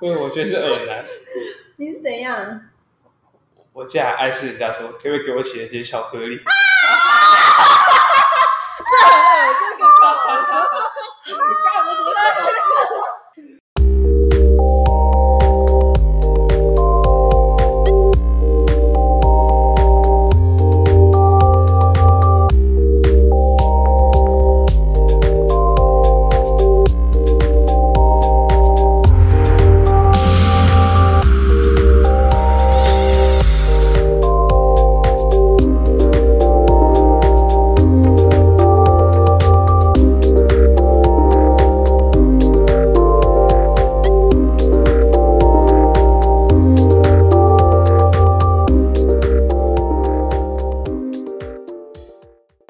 对，我觉得是耳男。你是怎样？我竟然暗示人家说，可不可以给我写一些巧克力？这很恶这个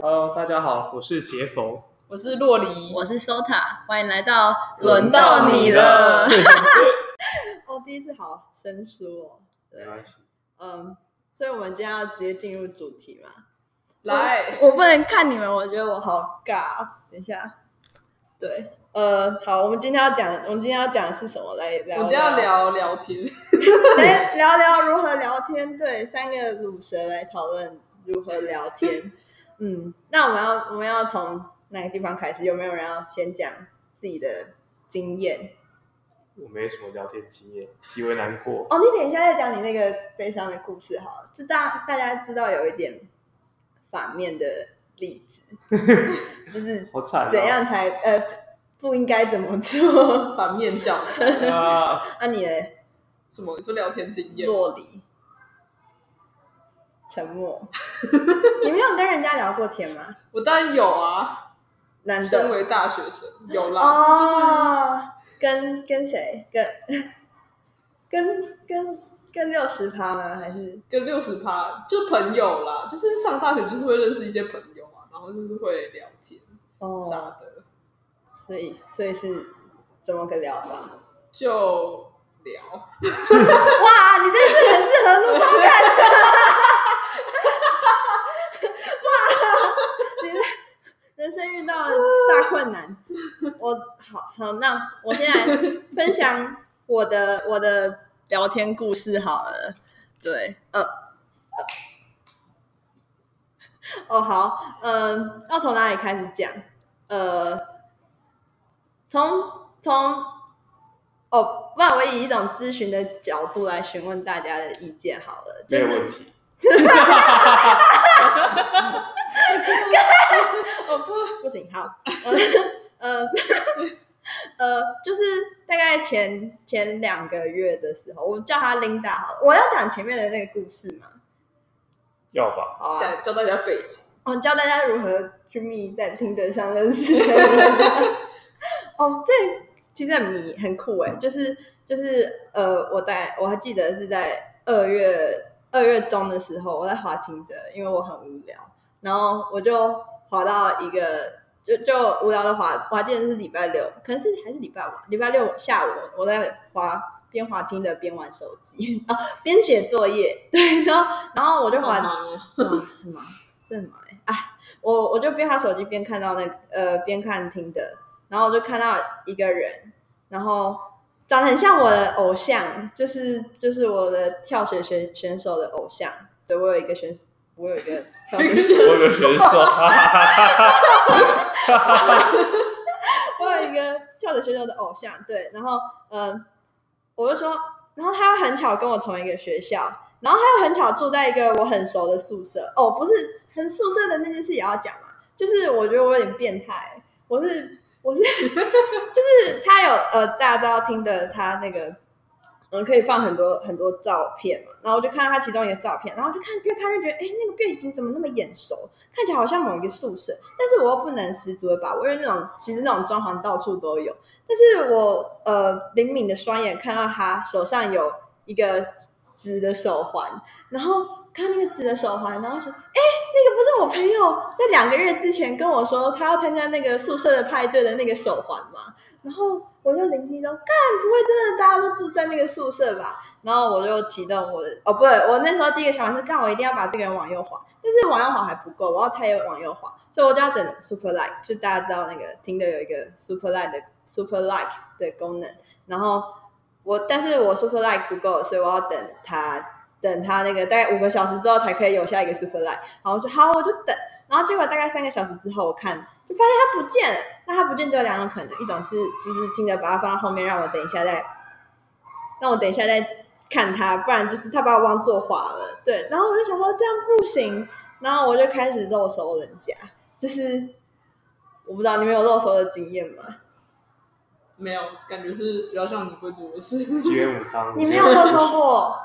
，Hello，大家好，我是杰佛。我是洛黎，我是 Sota，欢迎来到轮到你了。 哦，第一次好生疏哦。没关系，嗯，所以我们今天要直接进入主题嘛？来，我，我不能看你们，我觉得我好尬、哦。等一下，对，呃，好，我们今天要讲，我们今天要讲的是什么？来聊，我今天要，聊 聊天，来聊聊如何聊天。对，三个乳蛇来讨论如何聊天。嗯，那我们要，我们要从哪个地方开始？有没有人要先讲自己的经验？我没什么聊天经验，极为难过。哦，你等一下再讲你那个悲伤的故事好了，知道大家知道有一点反面的例子，就是好惨、啊，怎样才呃不应该怎么做？ 反面教材啊？那、你的什么？你说聊天经验？洛里沉默， 你没有跟人家聊过天吗？我当然有啊，难身得为大学生有啦，就是哦，跟跟谁？跟跟跟跟六十趴吗？还是跟六十趴就朋友啦，就是上大学就是会认识一些朋友啊，然后就是会聊天哦？啥的，所以所以是怎么个聊法？就聊， 哇，你真是很适合 录 p o d 哇，你的人生遇到了大困难。我好好，那我先来分享我的我的聊天故事好了。对，呃，呃哦好，嗯、要从哪里开始讲？呃，从从哦，不然我以一种咨询的角度来询问大家的意见好了，就没有是问题。哦不行，好， 呃呃呃，就是大概前前两个月的时候，我叫她 Linda 好了，我要讲前面的那个故事嘛，要吧？好啊，教教大家背景，我哦教大家如何去密在听得上认识的人。哦，这其实很迷，很酷哎，就是就是呃，我在我还记得是在二月二月中的时候，我在滑听的，因为我很无聊，然后我就滑到一个就就无聊的滑，我还记得是礼拜六，可能是还是礼拜五，啊礼拜六下午我在滑边滑听的边玩手机， 啊，边写作业，对，然后然后我就滑好忙 哦哇啊很忙，真的很忙哎、哎，我我就边滑手机边看到那个呃边看听的，然后我就看到一个人，然后长得很像我的偶像，就是就是我的跳水选选手的偶像。对我有一个选，我有一个跳水选，我的神 说，啊哈哈哈哈我有一个跳水选手的偶像。对，然后呃，我就说，然后他又很巧跟我同一个学校，然后他又很巧住在一个我很熟的宿舍。哦，不是，很宿舍的那件事也要讲嘛。啊就是我觉得我有点变态，我是我是就是他有呃，大家知道听的他那个。嗯，可以放很多很多照片嘛，然后我就看到他其中一个照片，然后就看越看越觉得，哎，那个背景怎么那么眼熟？看起来好像某一个宿舍，但是我又不能十足的把握，因为那种其实那种装潢到处都有，但是我呃灵敏的双眼看到他手上有一个纸的手环，然后看那个纸的手环，然后想，哎、那个不是我朋友在两个月之前跟我说他要参加那个宿舍的派对的那个手环吗？然后我就聆听到，干，不会真的大家都住在那个宿舍吧？然后我就启动我的，哦，不对，我那时候第一个想法是，干，我一定要把这个人往右滑，但是往右滑还不够，我要他也往右滑，所以我就要等 super like，就大家知道那个听的有一个 super like 的 super like 的功能，然后我但是我 super like 不够，所以我要等他等他那个大概五个小时之后才可以有下一个 super like。然后我就好，我就等，然后结果大概三个小时之后，我看就发现它不见了。那它不见只有两种可能，一种是就是记得把它放到后面，让我等一下再，让我等一下再看它，不然就是它把我忘做滑了。对，然后我就想说这样不行，然后我就开始漏搜人家，就是我不知道你们有漏搜的经验吗？没有，感觉是比较像你会做的事。 鸡尾舞汤，你没有我觉漏得搜过，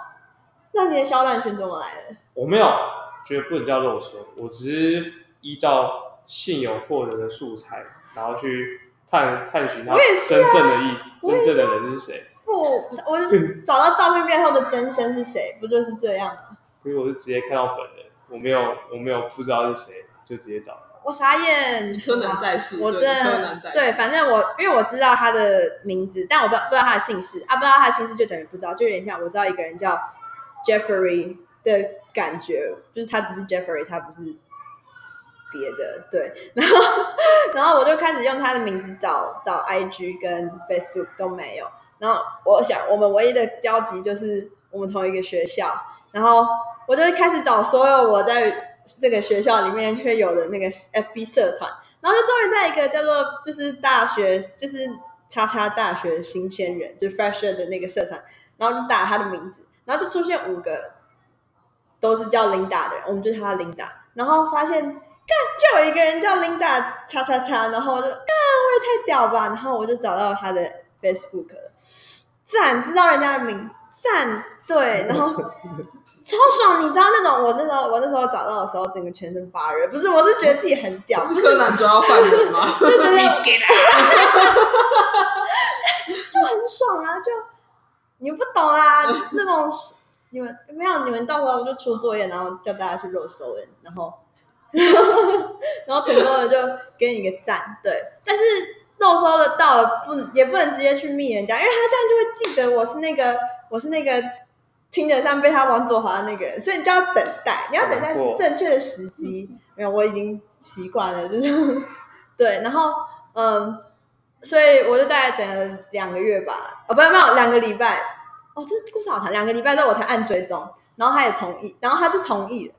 那你的小短裙怎么来的？我没有觉得不能叫漏搜，我只是依照现有获得的素材，然后去探探寻他我也是啊真正的意思，我也啊真正的人是谁。不，我就是找到照片背后的真身是谁，不就是这样吗？所以我是直接看到本人，我没有我没有不知道是谁，就直接找他。我傻眼，柯南在世，我对真柯南在的世，对，反正我因为我知道他的名字，但我不知道不知道他的姓氏啊，不知道他的姓氏就等于不知道，就有点像我知道一个人叫 Jeffrey 的感觉，就是他只是 Jeffrey，他不是别的。对，然后然后我就开始用他的名字找找 IG 跟 Facebook 都没有，然后我想我们唯一的交集就是我们同一个学校，然后我就开始找所有我在这个学校里面会有的那个 FB 社团。然后就终于在一个叫做就是大学就是叉叉大学新鲜人，就是 fresher 的那个社团，然后就打他的名字，然后就出现五个都是叫琳达的人，我们就叫他琳达，然后发现干就有一个人叫琳达叉叉叉，然后我就干我也太屌吧，然后我就找到他的 Facebook 了，赞，知道人家的名字，赞，对，然后超爽，你知道那种我那时候我那时候找到的时候，整个全身发热，不是，我是觉得自己很屌，是柯南抓到犯人 吗？就觉得 就很爽啊！就你不懂啦，就是那种你们没有你们到时候就出作业，然后叫大家去肉搜人，然后然后成功的就给你一个赞，对。但是肉搜的到了不也不能直接去密人家，因为他这样就会记得我是那个我是那个。听得上被他往左滑的那个人，所以你就要等待，你要等待没错正确的时机。没有，我已经习惯了，就是对。然后，嗯，所以我就大概等了两个月吧，哦，不，没有两个礼拜。哦，这故事好长，两个礼拜之后我才按追踪，然后他也同意，然后他就同意了，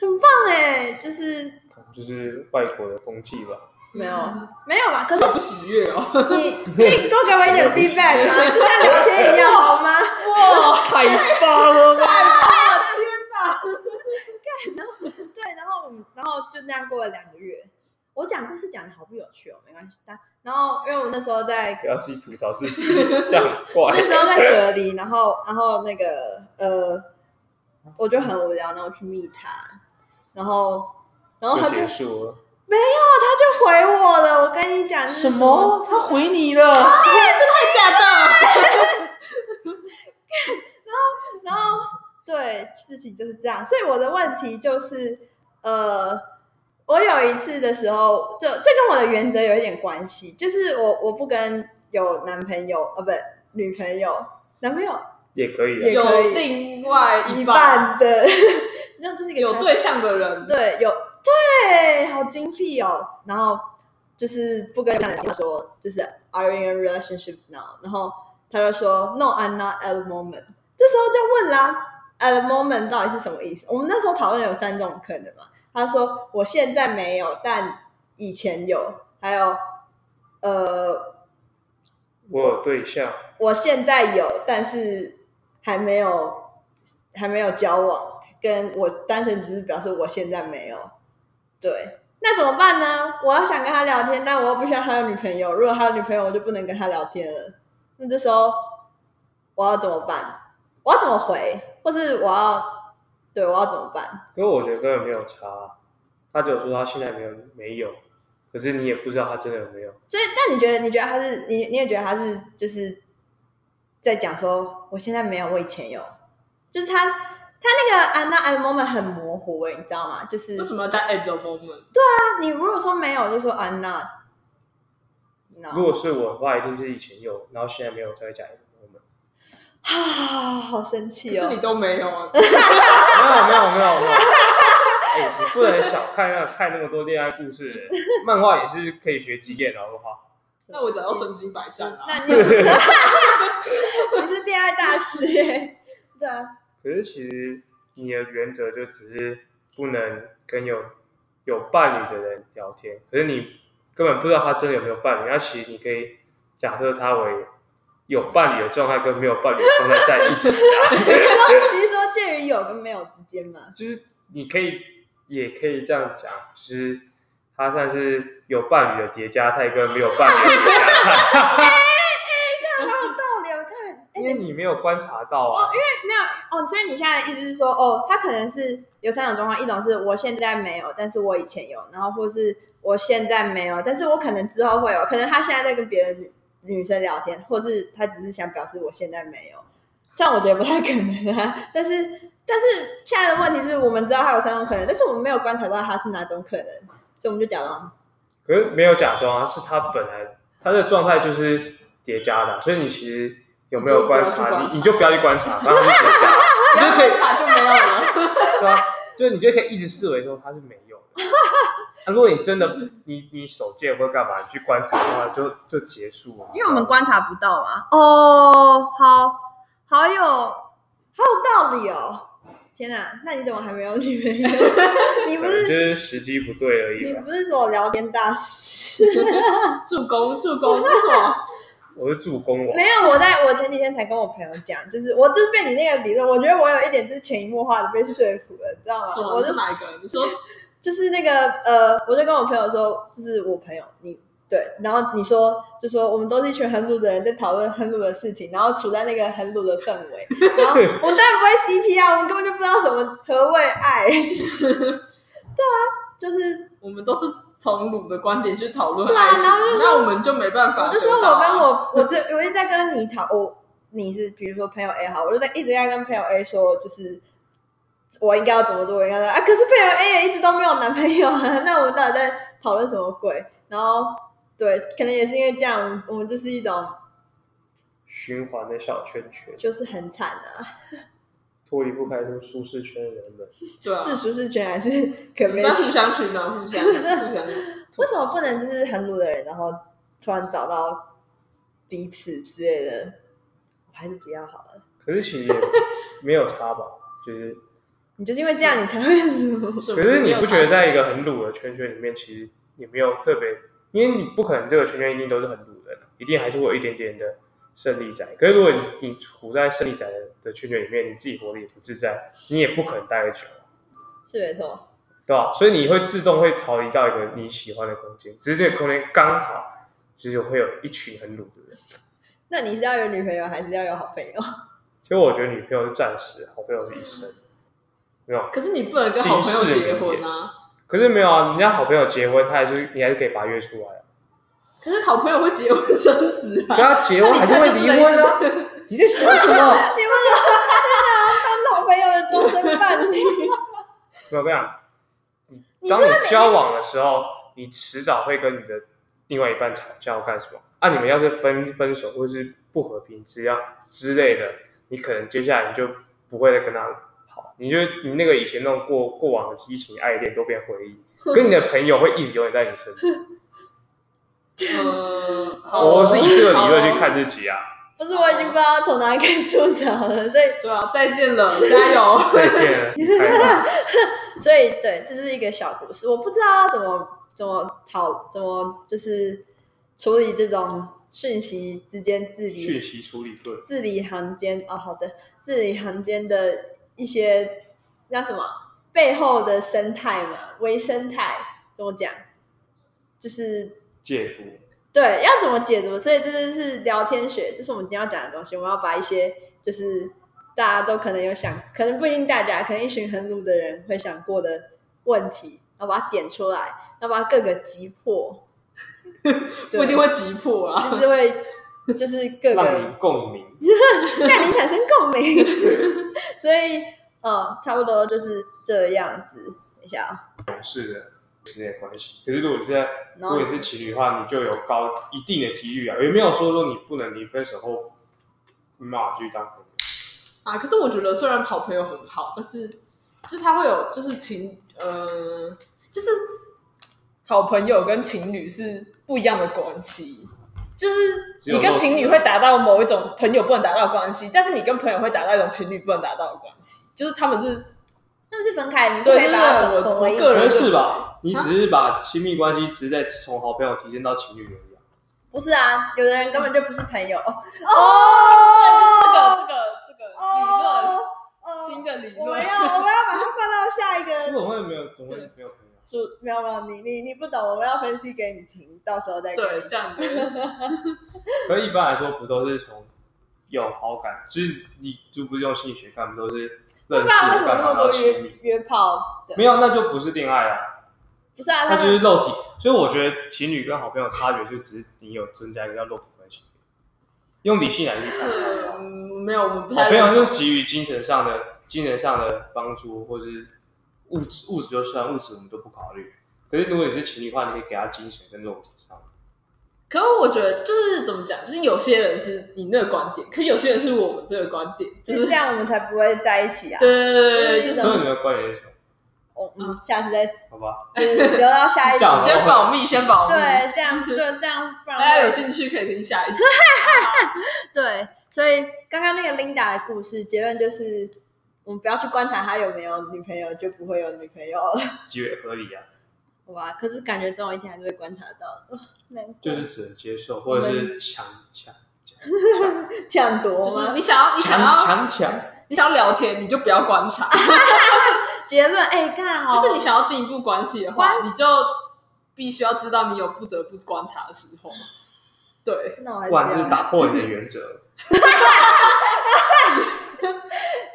很棒哎，就是可能就是外国的风气吧。没有 没有吧？可是好不喜悦哦！你 可以多给我一点 feedback 吗？就像聊天一 样好吗？哦哇，太棒了吧！对，然后我们然后就那样过了两个月。我讲故事讲的好不有趣哦，没关系。但然后因为我那时候在 不要自己吐槽自己，这样很怪。那时候在隔离，然后然后那个呃，我就很无聊，然后去密他，然后然后他就就结束了。没哦有，他就回我了。我跟你讲是什么？他回你了？假的，然后对，事情就是这样。所以我的问题就是，呃，我有一次的时候，这这跟我的原则有一点关系，就是我我不跟有男朋友呃，不女朋友，男朋友也可以啊也可以有另外一一半半的， 你知道这是一个有常对象的人，对，有对，好精辟哦。然后就是不跟他说，就是 Are you in a relationship now？然后他就说 No, I'm not at the moment。这时候就问啦，at the moment 到底是什么意思？我们那时候讨论有三种可能嘛。他说我现在没有，但以前有，还有呃，我有对象，我现在有，但是还没有还没有交往，跟我单纯只是表示我现在没有。对，那怎么办呢？我要想跟他聊天，但我又不希望他有女朋友。如果他有女朋友，我就不能跟他聊天了。那这时候我要怎么办？我要怎么回？或是我要对我要怎么办？可是我觉得根本没有差啊。他只有说他现在没有没有，可是你也不知道他真的有没有。所以，但你觉得？你觉得他是你？你也觉得他是就是在讲说，我现在没有，我以前有，就是他他那个 I'm not at the moment 很模糊哎、你知道吗？就是为什么要加 at the moment？那你如果说没有，就说 I'm not。如 no 果是我的话，一定是以前有，然后现在没有才会讲我们。 啊， 好生可气是哦你！都没有啊！没有没有没有没有。哎，你不能小看那看那么多恋爱故事，漫画也是可以学经验的，好不好？那我只要身经百战 啊。那你 你是恋爱大师耶？对啊，可是其实你的原则就只是不能跟有有伴侣的人聊天，可是你根本不知道他真的有没有伴侣。那其实你可以假设他为有伴侣的状态跟没有伴侣的状态在一起啊， 你是说介于有跟没有之间吗？就是你可以也可以这样讲，就是他算是有伴侣的叠加态跟没有伴侣的叠加态，那好有道理，我看，哎、因为你没有观察到啊。没有哦，所以你现在的意思是说，哦，他可能是有三种状况，一种是我现在没有，但是我以前有，然后或是我现在没有，但是我可能之后会有，可能他现在在跟别的女女生聊天，或是他只是想表示我现在没有，这样我觉得不太可能啊。 但是，但是现在的问题是我们知道他有三种可能，但是我们没有观察到他是哪种可能，所以我们就假装可是没有假装啊，是他本来他的状态就是叠加的啊、所以你其实有没有观察，你你你就不要去观察，当它是叠加， 不要观察就没有了。 对吧、就是你就可以一直视为说他是没有的。啊、如果你真的你你手贱或干嘛，你去观察的话，就就结束了。因为我们观察不到啊嘛。哦，好，好有好有道理哦！天哪，那你怎么还没有女朋友？ 你可不能就是是时机不对而已啊你吧。不是说我聊天大师？ 助攻，助攻，为什么？我是助攻我，没有，我在我前几天才跟我朋友讲，就是我就是被你那个理论，我觉得我有一点就是潜移默化的被说服了，你知道吗什？我么？就是哪一个？你说就是那个呃，我就跟我朋友说，就是我朋友你对，然后你说就说我们都是一群很鲁的人在讨论很鲁的事情，然后处在那个很鲁的氛围，然后我们当然不会 CP 啊，我们根本就不知道什么何谓爱，就是对啊，就是我们都是从鲁的观点去讨论对啊爱情然后就，说那我们就没办法我就得说到啊。我跟我我这我一直在跟你讨我你是比如说朋友 A 好，我就在一直在跟朋友 A 说就是。我应该要怎么做？我应该要啊，可是朋友 A 也一直都没有男朋友啊， 那我们到底在讨论什么鬼？然后对，可能也是因为这样，我们我们就是一种循环的小圈圈，就是很惨啊，脱离不开这个舒适圈的人们，对啊，是舒适圈还是可悲在圈？互相取暖，互相互相。为什么不能就是很鲁的人，然后突然找到彼此之类的？我还是不要好了。可是其实也没有差吧，就是你就是因为这样，你才会鲁。 可是你不觉得在一个很鲁的圈圈里面，其实也没有特别，因为你不可能这个圈圈一定都是很鲁的，一定还是会有一点点的胜利仔。可是如果你你处在胜利仔的的圈圈里面，你自己活得也不自在，你也不可能待得久，是没错，对吧？所以你会自动会逃离到一个你喜欢的空间，只是这个空间刚好就是会有一群很鲁的人。那你是要有女朋友，还是要有好朋 友？其实我觉得女朋友是暂时，好朋友是一生，没有。可是你不能跟好朋友结婚啊！可是没有啊，人家好朋友结婚，他还是你还是可以把他约出来啊。可是好朋友会结婚生子跟啊，他结哎婚还是会离 婚啊。你在想 什么？你为 什么要当好朋友的终身伴侣？没有，我跟你讲，你你当是你交往的时候，你迟早会跟你的另外一半吵架或干什么。啊，你们要是分分手或是不和平之样之类的，你可能接下来你就不会再跟他好，你就你那个以前那种过过往的激情爱恋都变回 忆，跟你的朋友会一直永远在你身边。嗯呃，好我是以这个理论 去。看自己啊。 不是，我已经不知道从哪里开始吐槽了，所以，对啊，再见了，加油！再见了，拜拜。所以，对，这是一个小故事，我不知道怎么怎么讨，怎么就是处理这种讯息之间自 理讯息处理论。字里行间哦，好的，字里行间的一些叫什么背后的生态嘛，微生态怎么讲？就是解读，对，要怎么解读？所以这就是聊天学，就是我们今天要讲的东西。我们要把一些就是大家都可能有想，可能不一定大家，可能一群很鲁的人会想过的问题，然后把它点出来，然后把它各个击破，不一定会急迫啊。就是会。就是各个让你共鸣。让你产生共鸣。 所以，嗯，差不多就是这样子。等一下啊，可是如果是在如然后果你是情侣的话，你就有高一定的几率啊，也没有说说你不能离分手后没办法继续当朋友。啊，可是我觉得虽然好朋友很好，但是就是他会有就是情呃，就是好朋友跟情侣是不一样的关系。就是只有你跟肉体情侣的会达到某一种朋友不能达到的关系，但是你跟朋友会达到一种情侣不能达到的关系，就是他们是他们是分开的，你不对可以把它对对混我为一我个谈可人能是啊吧？你只是把亲密关系只是在从好朋友提升到情侣而已啊。不是啊，有的人根本就不是朋友哦这个这哦个这个理哦论，新的理我们论，要我们要把它放到下一这 个，种会没有，总会没有朋友。啊就没有没有你你你不懂，我们要分析给你听，到时候再跟你对，这样子，可一般来说，不都是从有好感，就是你就不是用性学看，不都是认识不然为什么干那嘛么到多亲约密？约炮的？没有，那就不是恋爱啊，不是啊，那他就是们肉体。所以我觉得情侣跟好朋友差别就只是你有增加一个叫肉体关系。用理性来去看，嗯，没有，我们不好太朋友是给予精神上的、精神上的帮助，或是物质物质就算物质我们都不考虑。可是如果你是情侣的话，你可以给他精神跟肉体上的。可是我觉得就是怎么讲，就是有些人是你那个观点，可有些人是我们这个观点，就就是是这样，我们才不会在一起啊。对对对对，就是对所以你的观点是什么？我嗯，下次再好吧，就是留到下一这。集样先保密，先保密。对，这样就这样，不然会大 家哎有兴趣可以听下一集。对，所以刚刚那个 Linda 的故事结论就是，我们不要去观察她有没有女朋友，就不会有女朋友了，极为合理啊。好吧？可是感觉总有一天还是会观察到的，难过就是只能接受，或者是强强抢夺就是吗？你想要，你 想强要，强强，你想要聊天，你就不要观察； 结论哎，看好但，是你想要进一步关系的话，你就必须要知道你有不得不观察的时候。对，那我还不是不然就要是了，打破你的原则，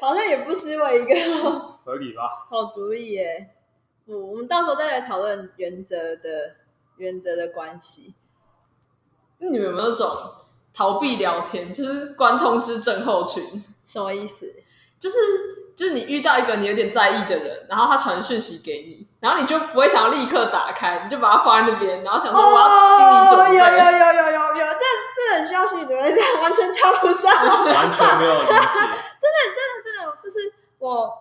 好像也不失为一个合理吧？好主意耶。不，我们到时候再来讨论原则的原则的关系。那你们有没有那种逃避聊天，就是关通知症候群？什么意思？就是就是你遇到一个你有点在意的人，然后他传讯息给你，然后你就不会想要立刻打开，你就把它放在那边，然后想说我要心理准备。哦有有有有有有，这这很需要心理准备，这完全插不上。完全没有理解，真的就是我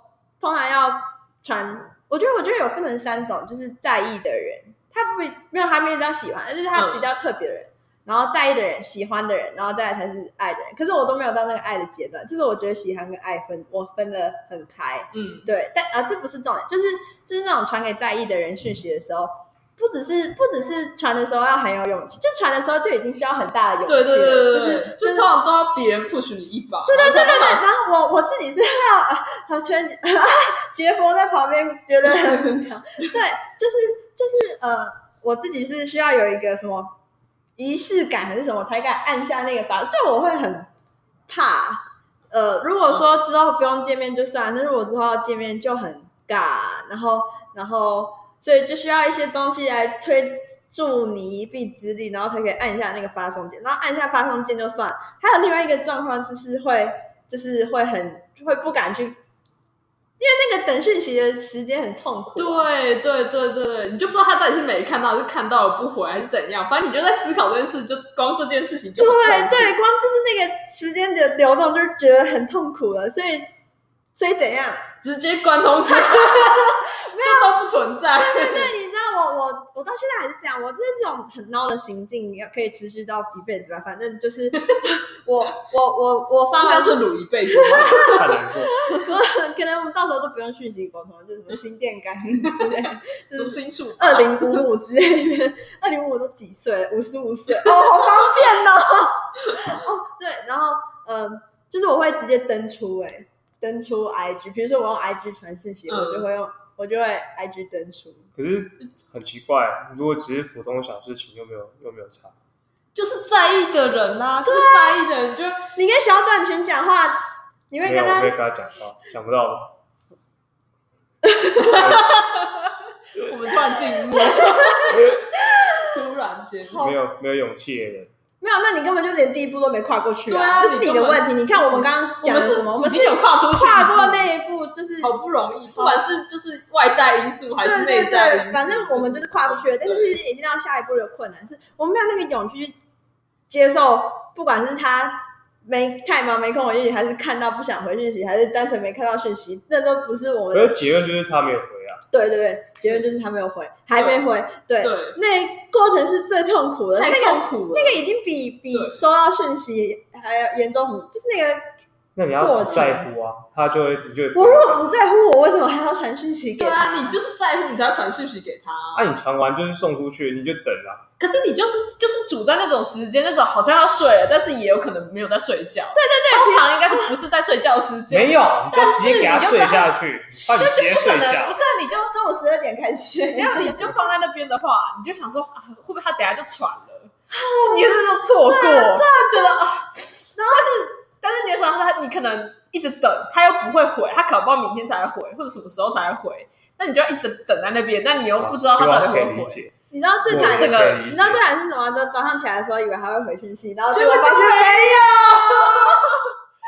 通常要传，我觉得我觉得有分成三种，就是在意的人，他不没有他没有到喜欢，就是他比较特别的人，然后在意的人、喜欢的人，然后再来才是爱的人。可是我都没有到那个爱的阶段，就是我觉得喜欢跟爱分我分的很开，嗯，对，但啊这不是重点，就是就是那种传给在意的人讯息的时候。不只是不只是传的时候要很有勇气，就传的时候就已经需要很大的勇气了，对对对对对，就是就就是通常都要别人 push 你一把，对对对对对，然后我我自己是要啊，圈杰佛在旁边觉得很 尴尬，对，就是就是呃，我自己是需要有一个什么仪式感还是什么，才敢按下那个把，就我会很怕。呃，如果说之后不用见面就算，但是我之后要见面就很尬，然后然后所以就需要一些东西来推助你一臂之力，然后才可以按一下那个发送键，然后按一下发送键就算了。还有另外一个状况就是会，就是会很会不敢去，因为那个等讯息的时间很痛苦。啊对对对对对，你就不知道他到底是没看到，还是看到了不回，还是怎样？反正你就在思考这件事，就光这件事情就对很痛苦对，光就是那个时间的流动，就是觉得很痛苦了。所以，所以怎样？直接关 通知，就都不存在。对对，你知道我我我到现在还是这样，我就是这种很孬的行径，要可以持续到一辈子吧。反正就是 我我我我发像完是卤一辈子，太难过。 可能我们到时候都不用讯息沟通，就是什么心电感应之类 的，就读是心术。二零五啊五之类的。二零五五都几岁了？五十五岁，哦，好方便哦。 哦，对，然后嗯，就是我会直接登出、欸，登出 IG，比如说我用 IG 传信息，嗯我就会用，我就会 IG 登出。可是很奇怪，如果只是普通小事情，又没有又没有差，就是在意的人呐、就是啊在意的人就你跟小短裙讲话，你会没跟有我他没有跟他讲话，想不到吧？ 我们突然静默，突然间，好没有没有勇气的人，没有？那你根本就连第一步都没跨过去对啊那是你你的根本问题。你看我们刚刚我讲们的是什么？我们已是经有跨出去跨过一那一步，就是步好不容易，不管是就是外在因素还对是对内在因对，素，反正我们就是跨过去了，但是一定要下一步的困难是，我们没有那个勇气去接受，不管是他没太忙没空回讯息，还是看到不想回讯息，还是单纯没看到讯息，那都不是我们可的是。结论就是他没有回啊，对对对，结论就是他没有回，还没回。对，对，那过程是最痛苦的，太那个痛苦了。那个已经比比对收到讯息还要严重很多，就是那个那你过要程在乎啊，他就会你就我如果不在乎，我为什么还要传讯息给对他？啊，你就是在乎，你才要传讯息给他啊。啊，你传完就是送出去，你就等啊。可是你就是就是处在那种时间，那种好像要睡了，但是也有可能没有在睡觉。对对对，通常应该是不是在睡觉时间，没有，你就但直接是给他你就睡在下去，把你直接不可睡能，觉不。是啊，你就中午十二点开始没有，你就放在那边的话，你就想说、啊、会不会他等下就喘了？你就是说错过，觉得啊，然后是，但是你也想到他，你可能一直等，他又不会回，他搞不好明天才回，或者什么时候才回，那你就要一直等在那边，那你又不知道他到底希望可会以不会理。解。你知道最我惨可以这个理你知道解最惨是什么？就早上起来的时候，以为他会回讯息，然后结果发现就 没哎有。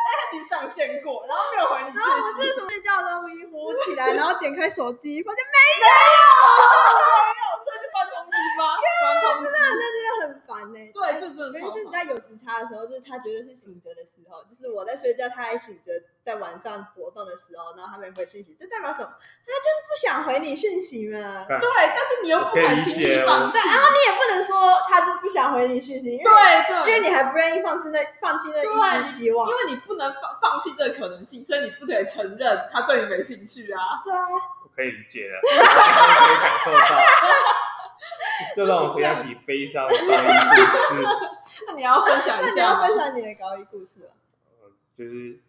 他其实上线过，然后没有回你然后我讯息是什么睡觉的时候迷糊起来，然后点开手机，发现这就搬通知吗？搬通知， 真的很烦欸呢、对，这真的尤超其是你烦。在有时差的时候，就是他绝对是醒着的时候，就是我在睡觉，他还醒着，在晚上活动的时候，然后他没回讯息，这代表什么？他就是不想回你讯息嘛。啊对，但是你又不敢轻易我放弃。对你也不能说他就是不想回你讯息，因为因对，啊为你还不愿意放弃那放弃那一对丝希望因。为你不能放放弃这个可能性，所以你不得承认他对你没兴趣啊。对啊，我可以理解的，我可以感 受到。这让我回想起悲伤的一故事。那你要分享那一你下要吗，分享你的高一故事吗？就是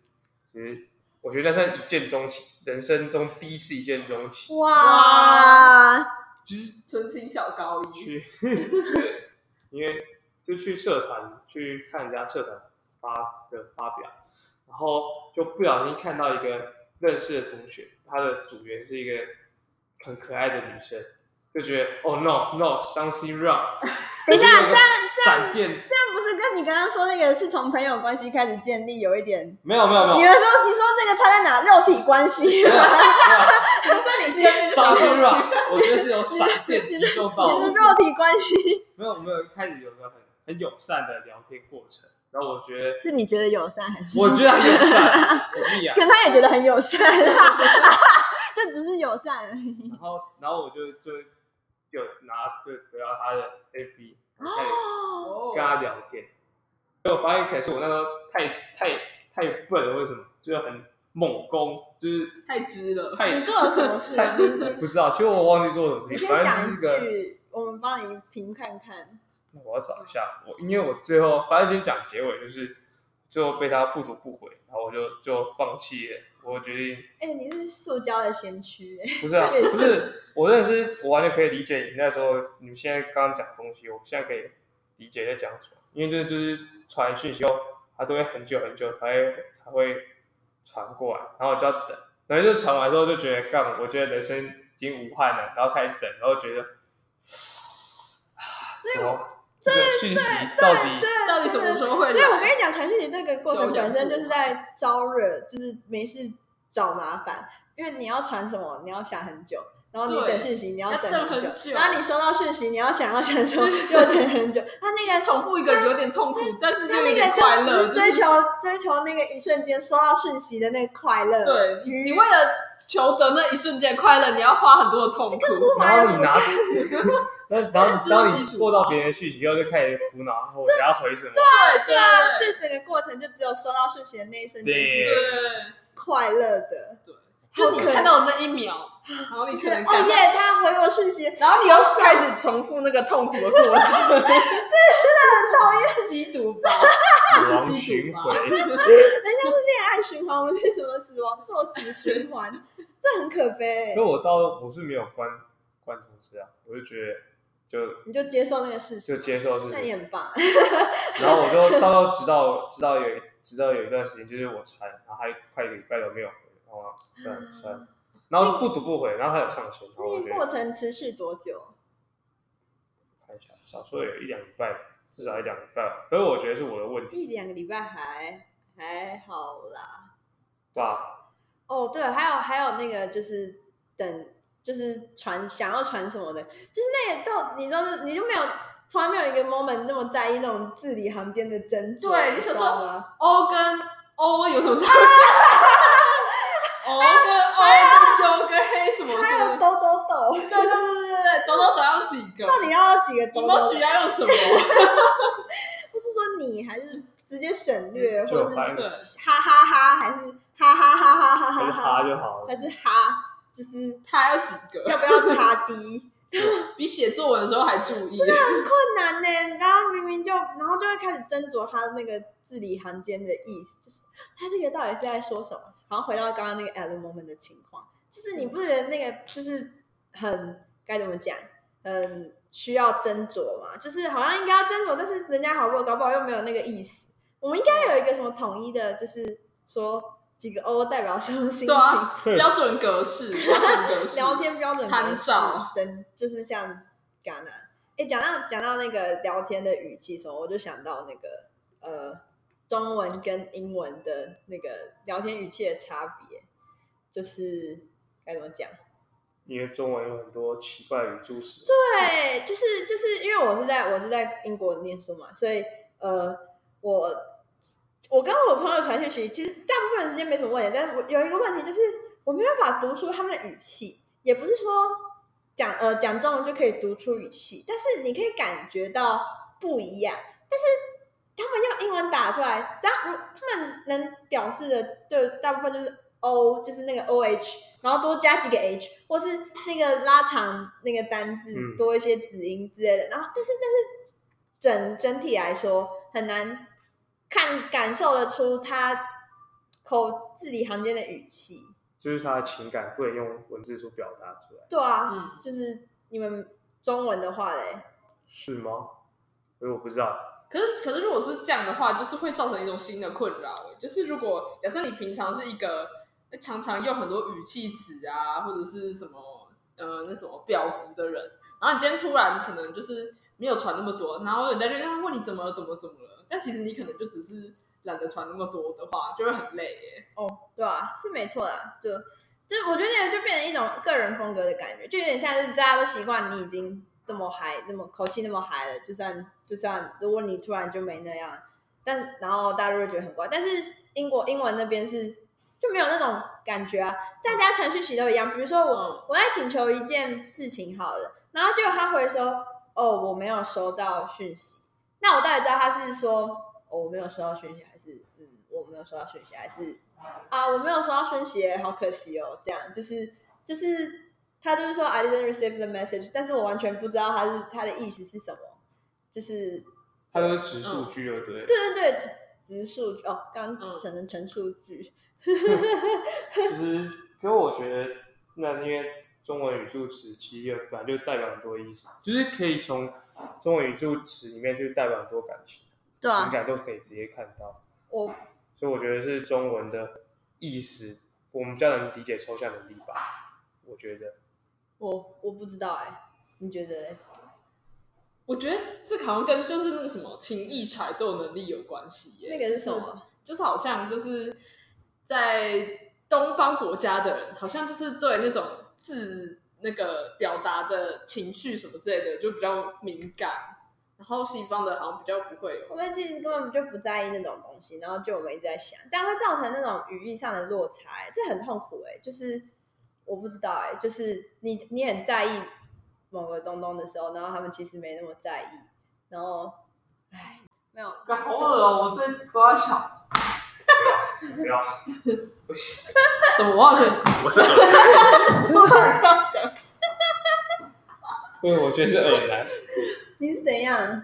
就是，我觉得那算一见钟情，人生中第一次一见钟情，哇，就是纯情小高一，去，因为就去社团去看人家社团发的发表，然后就不小心看到一个认识的同学，他的组员是一个很可爱的女生。就觉得哦、no no something wrong，等就一下是有个这样闪电这样不是跟你刚刚说那个是从朋友关系开始建立有一点？没有没有没有你，们说你说那个差在哪？肉体关系没有没吗？有那你就是想说 something wrong，我觉得是有闪电击中到 你我是。肉体关系，没有，我们有一开始有个很很友善的聊天过程，然后我觉得，是你觉得友善还是？我觉得很友善，我力啊可，能他也觉得很友善，啊 就只是友善而已。然后然后我就就就拿就得到他的 FB，然后开始哦跟他聊天，结果发现可能是哎我那时候太太太笨了，为什么？就是很猛 攻，就是太知了。太你做了什么事？太不知道，其实我忘记做什么你事可情，反正以讲就一是个。句，我们帮你评看看。那我要找一下，我因为我最后反正先讲结尾，就是最后被他不读不回，然后我就就放弃了。我决定哎、你是塑胶的先驱、哎不是啊，也是不是，我认识，我完全可以理解你那时候，你现在刚刚讲的东西，我现在可以理解在讲什么，因为这就是传讯息后，他都会很久很久才会才会传过来，然后我就要等，然后就传完之后就觉得干，我觉得人生已经无憾了，然后开始等，然后觉得，所以怎我么这个讯息到底对到底什么时候会来？所以我跟你讲，传讯息这个过程本身就是在招惹，就是没事找麻烦，因为你要传什么，你要想很久。然后你对等讯息，你要等要等很久；很久然后你收到讯息，你要想要想什 么，又等很久。他那个重复一个有点痛苦，但是他又有那点个就快乐，只是追就是求追求那个一瞬间收到讯息的那个快乐。对你，你为了求得那一瞬间快乐，你要花很多的痛苦。然后你拿， 那然后这你是当基你础过到别人的讯息后，就开始苦恼，然后我要回什么？对对对啊，对这整个过程就只有收到讯息的那一瞬间对是快乐的。对，好就你可看到的那一秒，然后你可能哦感到，耶，他回我讯息，然后你又开始重复那个痛苦的过程，吸毒吧，死亡啊是基础巡吧回， 人家是恋爱循环，我们是什么死亡作死循环，这很可悲、所以我到我是没有关关同事啊，我就觉得就你就接受那个事就实，接受事那你情，很棒。然后我就到到直到直到有一直到有一段时间，就是我传，然后还快一个礼拜都没有回，然后算算，然后不读不回，然后还有上线，然后我那觉个过得程持续多久？看一下，少说有一两礼拜，至少一两礼拜，可是我觉得是我的问题一两个礼拜还还好啦。吧，哦，对，还有还有那个就是等就是传想要传什么的，就是那也到你知道是你就没有从来没有一个 moment 那么在意那种字里行间的斟酌。对你你想知道吗？ O 跟 O 有什么差别？O 跟 O 跟 U 跟黑什么？还什有么抖抖抖， 对对对对对对，抖抖抖要几个到底要几个抖抖抖？emoji 要用什么？不是说你还是直接省略，就或者反是正对，哈哈哈，还是哈哈哈哈还哈哈是哈，爬就好了还。是哈，就是它要几个？要不要插 D？比写作文的时候还注意。困难呢，然后明明就，然后就会开始斟酌他那个字里行间的意思，就是他这个到底是在说什么？然后回到刚刚那个 at the moment 的情况，就是你不觉得那个就是很该怎么讲，很需要斟酌嘛？就是好像应该要斟酌，但是人家好过搞不好又没有那个意思。我们应该有一个什么统一的，就是说几个 O 代表什么心情，对啊标准格式，标准格式。聊天标准参照等，就是像戛纳。哎，讲到讲到那个聊天的语气什么，我就想到那个呃，中文跟英文的那个聊天语气的差别，就是该怎么讲？因为中文有很多奇怪的语助词，对，就是就是因为我是在我是在英国念书嘛，所以呃，我我跟我朋友传讯息，其实大部分时间没什么问题，但是我有一个问题就是我没办法读出他们的语气，也不是说讲呃讲中文就可以读出语气，但是你可以感觉到不一样，但是。他们用英文打出来，只要他们能表示的，就大部分就是 O，就是那个 O H，然后多加几个 H，或是那个拉长那个单字、嗯多一些子音之类的。然后，但是但是整整体来说很难看感受得出他口字里行间的语气。就是他的情感不能用文字所表达出来，对啊，嗯，就是你们中文的话嘞，是吗？所以我不知道，可是可是如果是这样的话，就是会造成一种新的困扰。就是如果假设你平常是一个常常用很多语气词啊，或者是什么呃那什么表符的人，然后你今天突然可能就是没有传那么多，然后人家就要问你怎么了怎么了怎么了，但其实你可能就只是懒得传那么多的话，就会很累耶。对啊，是没错啦，就就我觉得那个就变成一种个人风格的感觉，就有点像是大家都习惯你已经这么嗨，这么口气那么嗨了，就算就算如果你突然就没那样，但然后大家就会觉得很怪。但是英国英文那边是就没有那种感觉啊，大家传讯息都一样，比如说我我在请求一件事情好了，然后结果他回说哦我没有收到讯息，那我大概知道他是说哦我没有收到讯息，还是嗯我没有收到讯息，还是啊，我没有收到讯息耶，好可惜哦。这样就是就是他就是说 I didn't receive the message，但是我完全不知道他是他的意思是什么，就是他都是指数居而得，对对对，直数据哦，刚嗯刚整成陈数据，就是，可是我觉得那是因为中文语助词其实本来就代表很多意思，就是可以从中文语助词里面去代表很多感情，对啊情感都可以直接看到，我所以我觉得是中文的意思，我们比较能理解抽象能力吧，我觉得。我我不知道哎，你觉得嘞？我觉得这好像跟就是那个什么情谊揣度能力有关系耶。那个是就什么？就是好像就是在东方国家的人，好像就是对那种字那个表达的情绪什么之类的就比较敏感，然后西方的好像比较不会我有。们其实根本就不在意那种东西，然后就我们一直在想，这样会造成那种语义上的落差、欸，这很痛苦哎、就是我不知道哎、就是你你很在意某个东东的时候，然后他们其实没那么在意，然后唉，没有好恶哦！我最瓜小，不要，什么？我好像我是耳男，讲， 因为我觉得是耳男。你是怎样？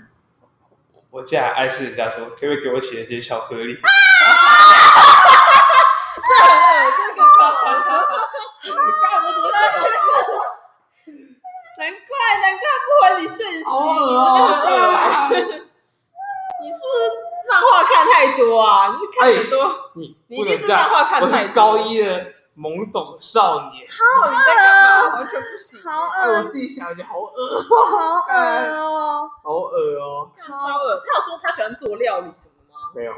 我竟然暗示人家说，可不可以给我写一些巧克力？这个 难怪难怪不回你讯息，你真的好恶很恶哦！欸你是不是漫画看太多啊？你是看很多，你你不一定能是这样漫画看我太是多高一的懵懂少年，到底在干嘛？完全不行，好哎，我恶，自己想一下，好恶，好恶哦！好恶哦。嗯看超恶。他有说他喜欢做料理什么的吗？没有，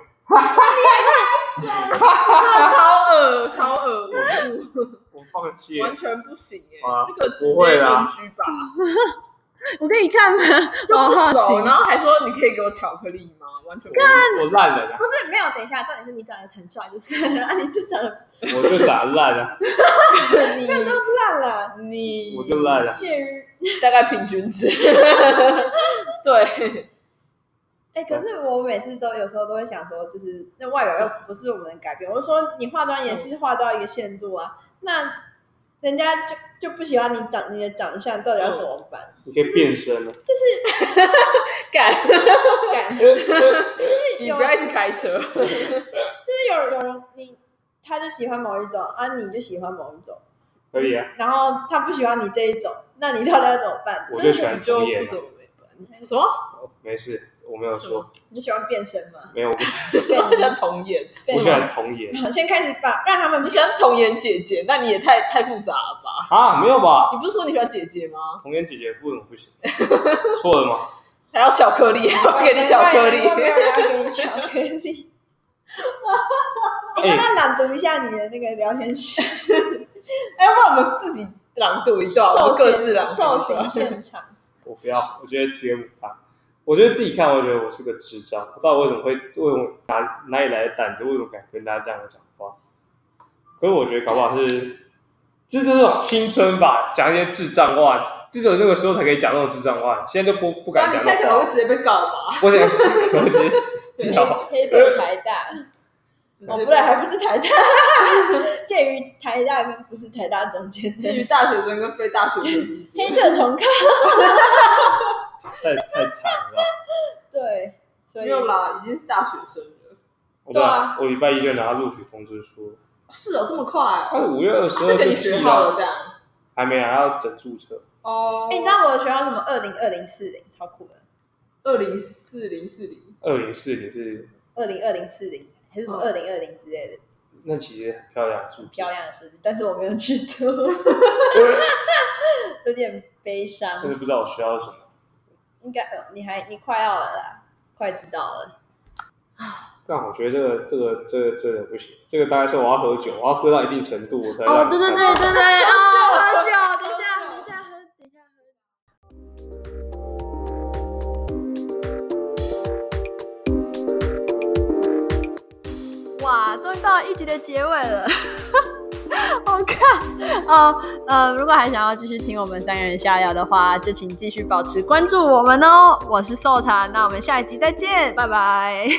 超恶，超恶，我我放弃不了完。全不行哎啊，这个直接不会啦邻居吧？我可以看吗？又不我好奇熟，然后还说你可以给我巧克力吗？完全不我烂了啦 不，是没有，等一下，重点是你长得很帅，就是 啊，你就长得我就咋烂 了，你烂了，你我就烂了。介于大概平 均值，对，哎、可是我每次都有时候都会想说，就是那外表又不是我们能改变。我就说你化妆也嗯是化到一个限度啊，那人家就就不喜欢你长你的长相，到底要怎么办？ 你可以变身了， 干，感你不要一直开车，就是有有人你他就喜欢某一种啊，你就喜欢某一种，可以啊。然后他不喜欢你这一种，那你到底要怎么办？我就就是喜欢你就重不演怎么没办什 么？哦没事，我没有什么说，你喜欢变身吗？没有，我我喜欢童颜，我对喜欢童颜先开始把让他们你喜欢童颜姐姐，那你也太太复杂了吧？啊，没有吧？你不是说你喜欢姐姐吗？童颜姐姐不怎么不 行，错了吗？还要巧克力，我给你巧克力没，有没有没有要给你巧克 力。你要不要朗读一下你的那个聊天室？哎，不然我们自己朗读一段，我们各自朗受读一刑段。现场，我不要，我觉得直接母汤。我觉得自己看，我觉得我是个智障，不知道为什么会，为什么哪哪里来的胆子，为什么敢跟大家这样讲话？可是我觉得搞不好是，这就是那种青春吧，讲一些智障话，只有那个时候才可以讲那种智障话，现在就不不那敢你讲现在可那能种会话。直接被告吧？我想可能直接 死掉。黑腿台大，直哦，接不对，还被不是台大，介于台大跟不是台大中间基的 于大学生跟非大学生之间黑，特重考。太太惨了。对，所没以有啦，已经是大学生了。我对啊我礼拜一就拿到录取通知书，是哦，这么快哦，他五月二十啊二就就跟你寄学好了这样。还没拿到等注册。哦，哎，你知道我的学校是什么？二零二零四零，超酷的，二零四零四零，二零四零是，二零二零四零还是什么二嗯零二零之类的，那其实很漂亮的数字。漂亮的数字，但是我没有去读， 有点悲伤。甚至不知道我学到什么。应该呃你还你快要了啦，快知道了。但我觉得这个这个这个这个不行，这个大概是我要喝酒，我要喝到一定程度我才哦，对对对对对，啊，喝酒，等一下等一下，喝，等一下喝。 哇，终于到了一集的结尾了，好看哦。呃，如果还想要继续听我们三个人瞎聊的话，就请继续保持关注我们哦。我是寿塔，那我们下一集再见，拜拜。